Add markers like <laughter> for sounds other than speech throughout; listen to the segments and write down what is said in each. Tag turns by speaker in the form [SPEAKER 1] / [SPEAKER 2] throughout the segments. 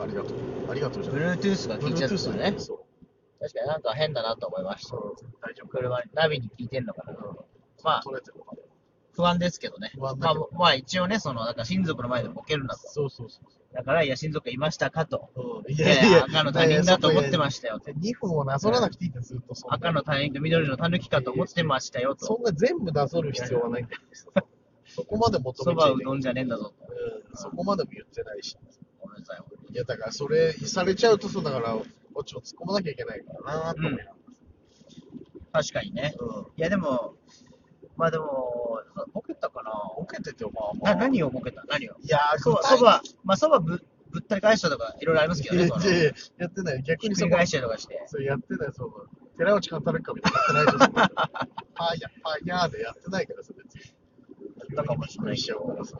[SPEAKER 1] ありがとう。ありがとうじゃない。
[SPEAKER 2] Bluetooth が聞いちゃったからね
[SPEAKER 1] Bluetooth。そう。
[SPEAKER 2] 確かになんか変だなと思いました。
[SPEAKER 1] 大丈夫。
[SPEAKER 2] 車に、ナビに聞いてんのかなまあ、
[SPEAKER 1] 取れてるのかな
[SPEAKER 2] 不安ですけどね。
[SPEAKER 1] 不安
[SPEAKER 2] ま
[SPEAKER 1] だ
[SPEAKER 2] あ
[SPEAKER 1] けど、
[SPEAKER 2] まあ一応ね、その、なんか親族の前でボケるなと。
[SPEAKER 1] そうそうそう
[SPEAKER 2] だから、いや、親族がいましたかと。
[SPEAKER 1] そう。うんい
[SPEAKER 2] いやいや、赤の他人だと思ってましたよと。
[SPEAKER 1] 2分をなぞらなくていいんだよ、ずっとそんな
[SPEAKER 2] 赤の他人と緑の狸かと思ってましたよ
[SPEAKER 1] そ
[SPEAKER 2] と。
[SPEAKER 1] んな全部なぞる必要はないんだよ。 <laughs> そこまで求
[SPEAKER 2] そ
[SPEAKER 1] めて
[SPEAKER 2] ば
[SPEAKER 1] な
[SPEAKER 2] う
[SPEAKER 1] い
[SPEAKER 2] どんじゃねえんだぞと。
[SPEAKER 1] うんそこまでも言ってないし。
[SPEAKER 2] ごめんなさい。
[SPEAKER 1] いや、だからそれされちゃうと、そうだから、こっちも突っ込まなきゃいけないからなと思うよ。
[SPEAKER 2] 確かにね。
[SPEAKER 1] うん。
[SPEAKER 2] いや、でも、まあでも、ボケたか
[SPEAKER 1] ボケてても、ま
[SPEAKER 2] な。
[SPEAKER 1] あ
[SPEAKER 2] な
[SPEAKER 1] まあ。
[SPEAKER 2] 何をボケた何を
[SPEAKER 1] いやー、
[SPEAKER 2] そば、そば、まあそばぶぶったり返したとか、いろいろありますけどね。その
[SPEAKER 1] いやいややってない。逆
[SPEAKER 2] ひっ
[SPEAKER 1] に
[SPEAKER 2] く
[SPEAKER 1] そ
[SPEAKER 2] り
[SPEAKER 1] こ
[SPEAKER 2] 返したりとかして。
[SPEAKER 1] それやってない、そうだ。寺内勘太郎かみたいになってないじゃん。パーヤ、パーヤーでやってないからさ、別に。
[SPEAKER 2] たかもしれない
[SPEAKER 1] しちゃうからさ。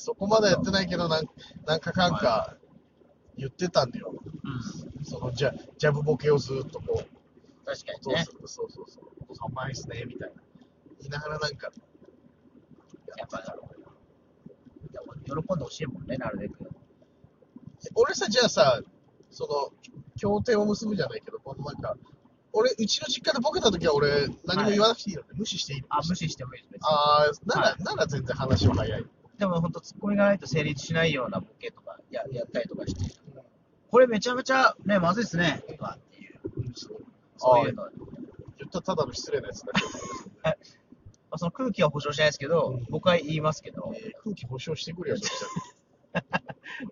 [SPEAKER 1] そこまでやってないけど、なんなんかかんか言ってたんだよ。
[SPEAKER 2] うん。
[SPEAKER 1] そのジャジャブボケをずっとこう、
[SPEAKER 2] 確かに
[SPEAKER 1] そう
[SPEAKER 2] ね。
[SPEAKER 1] そうそうそうそう、甘いっすね、みたいな。言いながらなんか、
[SPEAKER 2] やっぱ、でも喜んでほしいもんね、なるべく。
[SPEAKER 1] 俺さ、じゃあさ、その、協定を結ぶじゃないけど、このなんか、俺、うちの実家でボケたときは俺、何も言わなくていいので、無視していいの
[SPEAKER 2] あ、無視してもいいです、別に。
[SPEAKER 1] あー、なら、
[SPEAKER 2] は
[SPEAKER 1] なら全然話は早い。
[SPEAKER 2] でも本当、ツッコミがないと成立しないようなボケとかややったりとかして、これめちゃめちゃ、ね、まずいっすね、とかっていう、そういうの、ま
[SPEAKER 1] 言ったただの失礼なやつだけど、
[SPEAKER 2] あ、その空気は保証しないですけど、僕は言いますけど、
[SPEAKER 1] えー空気保証してくれよ、そしたら。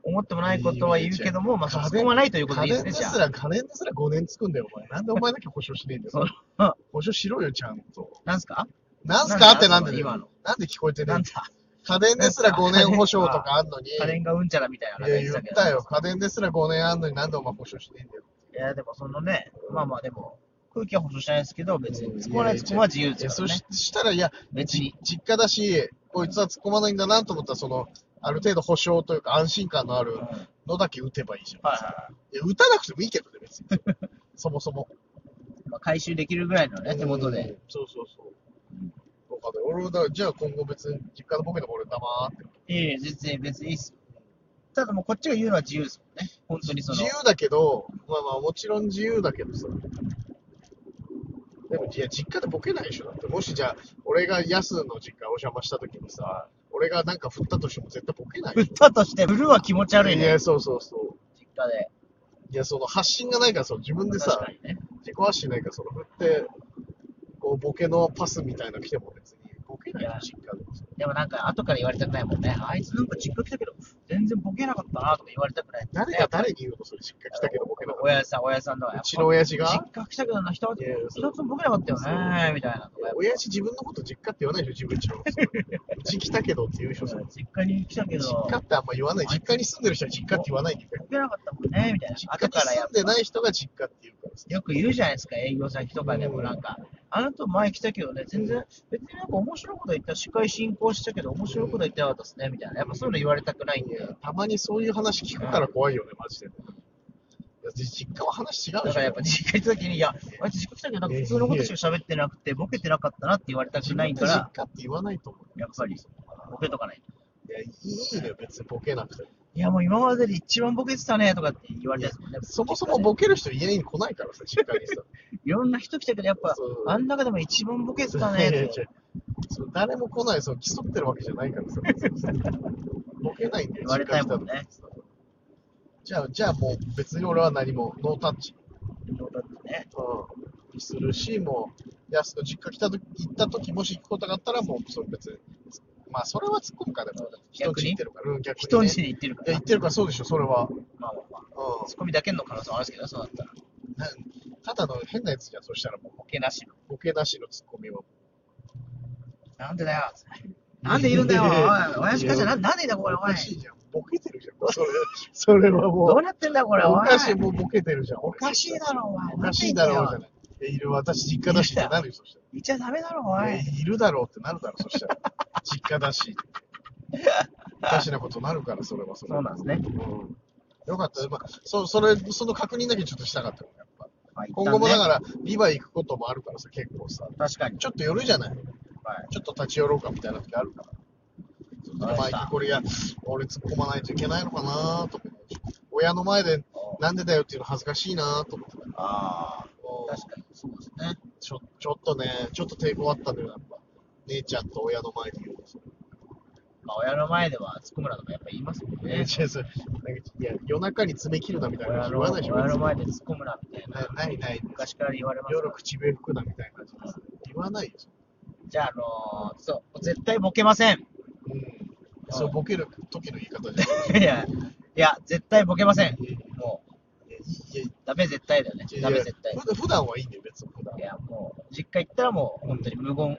[SPEAKER 2] 思ってもないことは言うけども、まあ、そのツッコミはないということでいいですね、
[SPEAKER 1] 家
[SPEAKER 2] じ
[SPEAKER 1] 電です
[SPEAKER 2] ゃあ。
[SPEAKER 1] ら、家電ですら5年つくんだよ、お前。なんでお前だけ保証しねえんだよ。
[SPEAKER 2] <laughs> うん
[SPEAKER 1] 保証しろよ、ちゃんと。
[SPEAKER 2] なんすか
[SPEAKER 1] なんすかってなんでだよ
[SPEAKER 2] 今の。
[SPEAKER 1] なんで聞こえてねえ
[SPEAKER 2] なん
[SPEAKER 1] ん
[SPEAKER 2] だ
[SPEAKER 1] だよ家電ですら5年保証とかあんのに。
[SPEAKER 2] 家電がうんちゃらみたいない話
[SPEAKER 1] や、
[SPEAKER 2] で
[SPEAKER 1] 言
[SPEAKER 2] した
[SPEAKER 1] っ
[SPEAKER 2] けど。
[SPEAKER 1] たよ。家電ですら5年あんのになんでお前保証しねえんだよ。
[SPEAKER 2] いや、でもそのね、まあまあでも、空気は保証しないですけど、別に突っ込まないい
[SPEAKER 1] や
[SPEAKER 2] 突っ込まは自由
[SPEAKER 1] いや、
[SPEAKER 2] ですか
[SPEAKER 1] そ
[SPEAKER 2] らね
[SPEAKER 1] し。したら、いや、
[SPEAKER 2] 別に。
[SPEAKER 1] 実家だし、こいつは突っ込まないんだなと思ったら、その、ある程度保証というか安心感のある
[SPEAKER 2] うんはい
[SPEAKER 1] のだけ打てばいいじゃん。
[SPEAKER 2] はい
[SPEAKER 1] や、打たなくてもいいけどね、別
[SPEAKER 2] <laughs>
[SPEAKER 1] に。そもそも。
[SPEAKER 2] い。まあ、回収できるぐらいのね、手元で。
[SPEAKER 1] うん。そうそうそう。そうかね、俺もだから、じゃあ今後別に実家のボケでも俺黙って。
[SPEAKER 2] いえいえ、全然別にいいっすよ。ただもうこっちが言うのは自由ですもんね。本当にその。
[SPEAKER 1] 自由だけど、まあまあもちろん自由だけどさ。でも、いや、実家でボケないでしょ。だって、もしじゃあ、俺がヤスの実家お邪魔した時にさ、俺がなんか振ったとしても絶対ボケない
[SPEAKER 2] 売
[SPEAKER 1] で
[SPEAKER 2] っ <laughs>
[SPEAKER 1] しょ。
[SPEAKER 2] たとして、売るは気持ち悪い
[SPEAKER 1] い
[SPEAKER 2] ね。
[SPEAKER 1] や、そうそうそう。
[SPEAKER 2] 実家で。
[SPEAKER 1] いや、その発信がないから、その自分で
[SPEAKER 2] 確
[SPEAKER 1] さ
[SPEAKER 2] か、にね。
[SPEAKER 1] 自己発信ないから、その振って、こう、ボケのパスみたいなの来ても別に、ボケないでしょ、実家でも。
[SPEAKER 2] でもなんか、後から言われたくないもんね。あいつなんか実家来たけど、全然ボケなかったなとか言われたくない。
[SPEAKER 1] 誰が誰に言うのそれ実家来たけど僕の
[SPEAKER 2] おやさん、おやさんだわ。
[SPEAKER 1] うちの親父が
[SPEAKER 2] 実家来たけどな、一つ
[SPEAKER 1] いやいやそう
[SPEAKER 2] 一つもボケなかったよね、みたいなとか。
[SPEAKER 1] 親父自分のこと実家って言わないでしょ自分ちのうち来たけどって言うでしょそれ
[SPEAKER 2] 実家に来たけど、
[SPEAKER 1] 実家ってあんま言わない実家に住んでる人は実家って言わないんだよ
[SPEAKER 2] ボケなかったもんね、みたいな。
[SPEAKER 1] 実家
[SPEAKER 2] 後
[SPEAKER 1] に
[SPEAKER 2] からや
[SPEAKER 1] 住
[SPEAKER 2] っ
[SPEAKER 1] んで
[SPEAKER 2] ぱ
[SPEAKER 1] ない人が実家って言うからさ
[SPEAKER 2] よく言うじゃないですか、営業先とかで
[SPEAKER 1] う
[SPEAKER 2] も
[SPEAKER 1] ん
[SPEAKER 2] なんか、あなた前来たけどね、全然、別になんか面白いこと言った、司会進行したけど、面白いこと言ってなかったですね、みたいな。やっぱそういうの言われたくないん
[SPEAKER 1] いや
[SPEAKER 2] で。
[SPEAKER 1] たまにそういう話聞くから怖いよねマジでいや実家は話違う
[SPEAKER 2] だ
[SPEAKER 1] でし
[SPEAKER 2] からやっ
[SPEAKER 1] ょ
[SPEAKER 2] ぱ実家行った時に、いや、あいつ実家来たけど、なんか普通のことしか喋ってなくて、ボケてなかったなって言われたくない
[SPEAKER 1] 実
[SPEAKER 2] から、
[SPEAKER 1] 家って言わないと思う
[SPEAKER 2] やっぱりボケとかない。
[SPEAKER 1] いやいいのよ別にボケなくても
[SPEAKER 2] いや、もう今までで一番ボケてたね、とかって言われたやつもんね。
[SPEAKER 1] そもそもボケる人家に来ない <laughs> からさ実家にさ
[SPEAKER 2] いろんな人来たけど、やっぱ
[SPEAKER 1] そう、
[SPEAKER 2] あん中でも一番ボケてた
[SPEAKER 1] いやいや違
[SPEAKER 2] ね
[SPEAKER 1] う、 <laughs> そう誰も来ない、そう競ってるわけじゃないからさ、 <laughs> ボケないんだよ、
[SPEAKER 2] 言われたいもん
[SPEAKER 1] <laughs>
[SPEAKER 2] ね
[SPEAKER 1] 実家来た時。じゃあ、じゃあもう別に俺は何もノータッチ、
[SPEAKER 2] とかってね。
[SPEAKER 1] うん、するし、もう、やすの実家来た時行った時もし行くことがあったら、もうそれ別に、まあそれは突っ込むかでも、人ん
[SPEAKER 2] 逆
[SPEAKER 1] ち
[SPEAKER 2] に
[SPEAKER 1] 行ってるから、うん、逆
[SPEAKER 2] 人
[SPEAKER 1] に、
[SPEAKER 2] ん
[SPEAKER 1] ね。
[SPEAKER 2] ちに行ってるか
[SPEAKER 1] いや、
[SPEAKER 2] ら
[SPEAKER 1] 行。ってるからそうでしょ、それは。うん
[SPEAKER 2] まあまあまあ。ツッコミだけの可能性もあるんですけどね、そうだったら。
[SPEAKER 1] なただの変なやつじゃん、そしたらもう、
[SPEAKER 2] ボケなしの。
[SPEAKER 1] ボケなしのツッコミは。
[SPEAKER 2] なんでだよ。なんでいる
[SPEAKER 1] <laughs>
[SPEAKER 2] んだよ。おい、親父かじゃな、なんでいたここに、
[SPEAKER 1] お
[SPEAKER 2] おい
[SPEAKER 1] か。しいじゃん、ボケてるじゃん、それそれはもう
[SPEAKER 2] ど。うなってんだ、これ、
[SPEAKER 1] お
[SPEAKER 2] おい。
[SPEAKER 1] かしい、もうボケてるじゃん。
[SPEAKER 2] おかしいだろ、お前。
[SPEAKER 1] おかしいだろうじ
[SPEAKER 2] な
[SPEAKER 1] ゃ
[SPEAKER 2] ん
[SPEAKER 1] な
[SPEAKER 2] で
[SPEAKER 1] い。えいる、私実家だしってなるよ、そした
[SPEAKER 2] いっちゃダメだろ、お
[SPEAKER 1] ら。
[SPEAKER 2] い
[SPEAKER 1] え。いるだろうってなるだろう、そしたら。実家だし。おかしなことなるから、それはそれ
[SPEAKER 2] そうなんですね。
[SPEAKER 1] うんよかった、まあそそれ、その確認だけちょっとしたかったよやっぱ
[SPEAKER 2] まあ一旦ね
[SPEAKER 1] 今後もだから、ビバ行くこともあるからさ、結構さ。
[SPEAKER 2] 確かに。
[SPEAKER 1] ちょっと寄るじゃない。
[SPEAKER 2] はい
[SPEAKER 1] ちょっと立ち寄ろうかみたいな時あるから。
[SPEAKER 2] わかりました
[SPEAKER 1] まあ、これや、俺突っ込まないといけないのかなと思って。親の前でなんでだよっていうの恥ずかしいなと思ってた。
[SPEAKER 2] ああ、
[SPEAKER 1] うん
[SPEAKER 2] 確かにそうですね。
[SPEAKER 1] ちょ、ちょっとね、ちょっと抵抗あったんだよ、やっぱ。姉ちゃんと親の前で言うと。
[SPEAKER 2] まあ、親の前では突っ込むなとかやっぱ言いますもん
[SPEAKER 1] え
[SPEAKER 2] ね。
[SPEAKER 1] 違うそれなんかいや、夜中に爪切るなみたいな
[SPEAKER 2] 親
[SPEAKER 1] 話言
[SPEAKER 2] の
[SPEAKER 1] わないでしょ。
[SPEAKER 2] 親の前で突っ込むなみたいな、
[SPEAKER 1] なないない。
[SPEAKER 2] 昔から言われますから
[SPEAKER 1] 夜口笛吹くなみたいな感じです。言わないよ。そ
[SPEAKER 2] じゃあ、あのーそう、絶対ボケません。 <laughs>
[SPEAKER 1] れうん。そう、ボケる時の言い方じゃない。
[SPEAKER 2] いや、いや、絶対ボケません。もう、
[SPEAKER 1] いやい
[SPEAKER 2] ダメ絶対だよね。
[SPEAKER 1] や
[SPEAKER 2] ダメ
[SPEAKER 1] いや
[SPEAKER 2] 絶対。
[SPEAKER 1] ふ普段はいいんだよ、別に普段
[SPEAKER 2] い。や、もう、実家行ったらもう、本当に無言、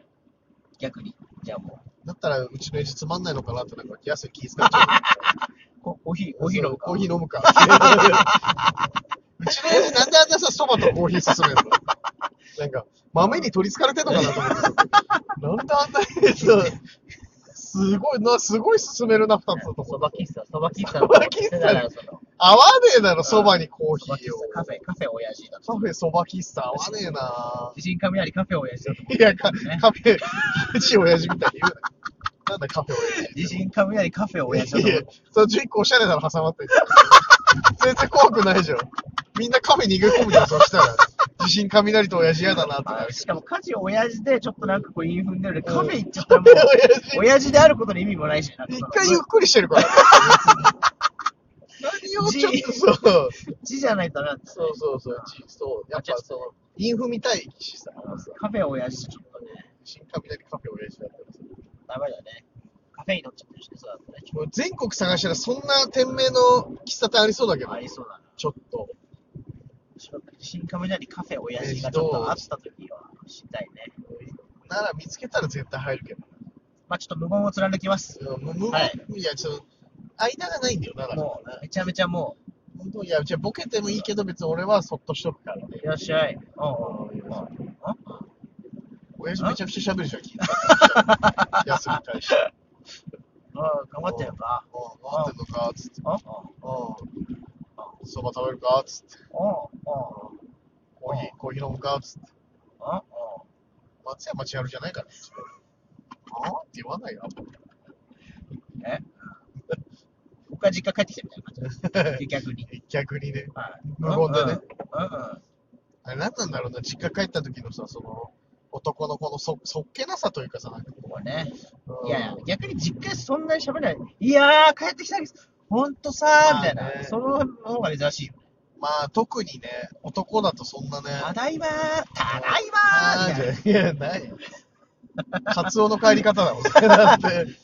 [SPEAKER 2] 逆に。じゃあも
[SPEAKER 1] だったら、うちの親父つまんないのかなって、なんか、安い気遣っちゃ
[SPEAKER 2] う、ココーヒー、
[SPEAKER 1] う。
[SPEAKER 2] コーヒー飲むか。
[SPEAKER 1] コーヒー飲むか。うちの親父、なんであんなさ、そばとコーヒー勧めるのなんか、豆に取りつかれてんのかなと思って。なんであんなにさ、すごいな、すごい勧めるな、二つと思
[SPEAKER 2] そ
[SPEAKER 1] って
[SPEAKER 2] ば喫茶、そば喫茶
[SPEAKER 1] そば喫茶
[SPEAKER 2] だから、その、
[SPEAKER 1] 合わねえだろ、そばにコー
[SPEAKER 2] そば喫
[SPEAKER 1] ヒーを
[SPEAKER 2] 茶、。カフェ、カフェ親父だと。
[SPEAKER 1] カフェ、そば喫茶、合わねえな。
[SPEAKER 2] 地震雷カフェ親父だと思
[SPEAKER 1] いや、かカフェ、うち親父みたいに言うな。なんだカフェ親
[SPEAKER 2] う。地震雷カフェ親父だ
[SPEAKER 1] 父。い
[SPEAKER 2] と思
[SPEAKER 1] や
[SPEAKER 2] う。、
[SPEAKER 1] その11個おしゃれなの挟ま
[SPEAKER 2] <laughs>
[SPEAKER 1] ってる。全然怖くないじゃん。みんなカフェ逃げ込むじゃん、そしたら。地震雷と親父嫌だなって
[SPEAKER 2] ま
[SPEAKER 1] な
[SPEAKER 2] あ
[SPEAKER 1] る
[SPEAKER 2] し
[SPEAKER 1] し。
[SPEAKER 2] かも家事親父でちょっとなんかこう韻踏んでるんでカフェ行っちゃった
[SPEAKER 1] カ
[SPEAKER 2] ら
[SPEAKER 1] フ
[SPEAKER 2] も
[SPEAKER 1] ェ
[SPEAKER 2] う
[SPEAKER 1] 親父。
[SPEAKER 2] 親父であることの意味もないしなんか
[SPEAKER 1] 一
[SPEAKER 2] その
[SPEAKER 1] 回ゆっくりしてるから。何をちょっとそう。
[SPEAKER 2] 字じゃないとなんです
[SPEAKER 1] そうそうそう。ちそう。やっぱその、インフみたいしさ。
[SPEAKER 2] カフェ親父ちょっとね
[SPEAKER 1] 地震雷カフェ親父だったらさ。
[SPEAKER 2] ダメだねカフェに乗っちゃってるしねそうだったねちょ
[SPEAKER 1] もう全国探したらそんな店名の喫茶店ありそうだけ
[SPEAKER 2] っと
[SPEAKER 1] ど
[SPEAKER 2] あ、りそうだな
[SPEAKER 1] ちょっと。
[SPEAKER 2] ちょっと新亀谷カフェ親父がちょっとあった時は知りたいね
[SPEAKER 1] なら見つけたら絶対入るけ
[SPEAKER 2] まあちょっと無言を貫きます
[SPEAKER 1] ど。むむ
[SPEAKER 2] はい
[SPEAKER 1] いや、ちょっと、間がないんだよ、なら。
[SPEAKER 2] もうめちゃめちゃも
[SPEAKER 1] 本当いや、じゃあボケてもいいけど、別に俺はそっとしとくからね。
[SPEAKER 2] ういらっしゃいうんうんうん
[SPEAKER 1] 親父めちゃくちゃ喋るじゃん、聞
[SPEAKER 2] <laughs>
[SPEAKER 1] いた。やつに対して。
[SPEAKER 2] ああ頑張ってるか
[SPEAKER 1] うん、飲んでんのか、つって。
[SPEAKER 2] うんうん
[SPEAKER 1] うん。そば食べるか、つって。
[SPEAKER 2] うん
[SPEAKER 1] コーヒー、コーヒー飲むか、つって。
[SPEAKER 2] うんうん
[SPEAKER 1] 松山千春じゃないから、ね、ああって言わない
[SPEAKER 2] <laughs>
[SPEAKER 1] よ。
[SPEAKER 2] え僕は実家帰ってきたみたいな感じです。逆に。
[SPEAKER 1] 逆にね。
[SPEAKER 2] はい
[SPEAKER 1] 無言でね。。
[SPEAKER 2] うんうんうんうん。
[SPEAKER 1] あれ何なんだろうな、実家帰った時のさ、その、男の子のそそっけなさというかさ、なんか
[SPEAKER 2] ここね。
[SPEAKER 1] うん
[SPEAKER 2] いやいや、逆に実家でそんなに喋らない。いやー、帰ってきたんです。ほんとさー、みたい
[SPEAKER 1] まあ
[SPEAKER 2] な。
[SPEAKER 1] ね
[SPEAKER 2] その方が珍しいよ。
[SPEAKER 1] まあ特にね、男だとそんなね、
[SPEAKER 2] ただいまー、ただいま
[SPEAKER 1] あ
[SPEAKER 2] ーみたいな。
[SPEAKER 1] いや、ないよ。カツオの帰り方だもん、それだって。
[SPEAKER 2] うん。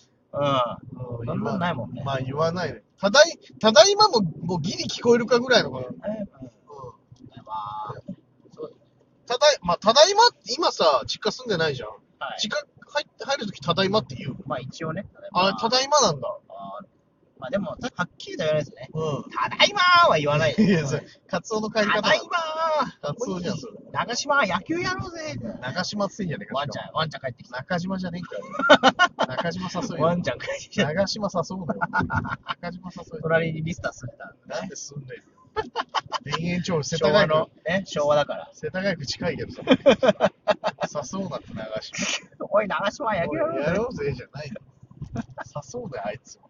[SPEAKER 2] そんなのないもんね。
[SPEAKER 1] まあ言わないね。ただい、ただいまも、もうギリ聞こえるかぐらいのかな。うん
[SPEAKER 2] ただいまーそう
[SPEAKER 1] ただい、まあ、ただいま、今さ、実家住んでないじゃん。
[SPEAKER 2] はい
[SPEAKER 1] 実家入って入るとき、ただいまって言う。
[SPEAKER 2] まあ一応ね。
[SPEAKER 1] あれ、ただいまなんだ。
[SPEAKER 2] あーまあでも、はっきりとは言わないですね。
[SPEAKER 1] う
[SPEAKER 2] ただいまーは言わない。
[SPEAKER 1] ん。いや、 <laughs> それカツオの帰り
[SPEAKER 2] た
[SPEAKER 1] 方
[SPEAKER 2] だ
[SPEAKER 1] だ
[SPEAKER 2] い。ま
[SPEAKER 1] カ
[SPEAKER 2] ー
[SPEAKER 1] ツオじゃん、それ。
[SPEAKER 2] 長島、野球やろうぜ
[SPEAKER 1] 中島ついんじゃねえか。
[SPEAKER 2] ワンちゃん、ワンちゃん帰ってきた。
[SPEAKER 1] 中島じゃねえか。中島誘い。
[SPEAKER 2] ワンちゃん帰ってきた。
[SPEAKER 1] 長島誘うのよ。中島誘い。
[SPEAKER 2] 隣にミスタースーた。
[SPEAKER 1] なんで住んでんの田園調布、世
[SPEAKER 2] 昭
[SPEAKER 1] 田
[SPEAKER 2] 和
[SPEAKER 1] 谷
[SPEAKER 2] の
[SPEAKER 1] 区。、
[SPEAKER 2] ね、昭和だから。
[SPEAKER 1] 世田谷区近いけどさ。誘うなって長島。
[SPEAKER 2] おい、長島野球や
[SPEAKER 1] おいや
[SPEAKER 2] ろうぜ
[SPEAKER 1] ろうぜじゃないの。誘うであいつも。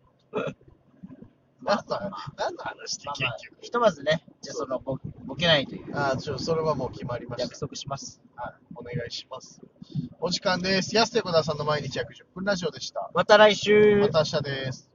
[SPEAKER 1] 何の話何の話って
[SPEAKER 2] まあまあ
[SPEAKER 1] 結、
[SPEAKER 2] ひとまずね、じゃあそのボ、ボケないという
[SPEAKER 1] 局。ああ、ちょ、それはもう決まりまし
[SPEAKER 2] 約
[SPEAKER 1] た。
[SPEAKER 2] 束します。
[SPEAKER 1] はい、お願いします。お時間です。安手小田さんの毎日約10分ラジオでした。
[SPEAKER 2] また来週。
[SPEAKER 1] また明日です。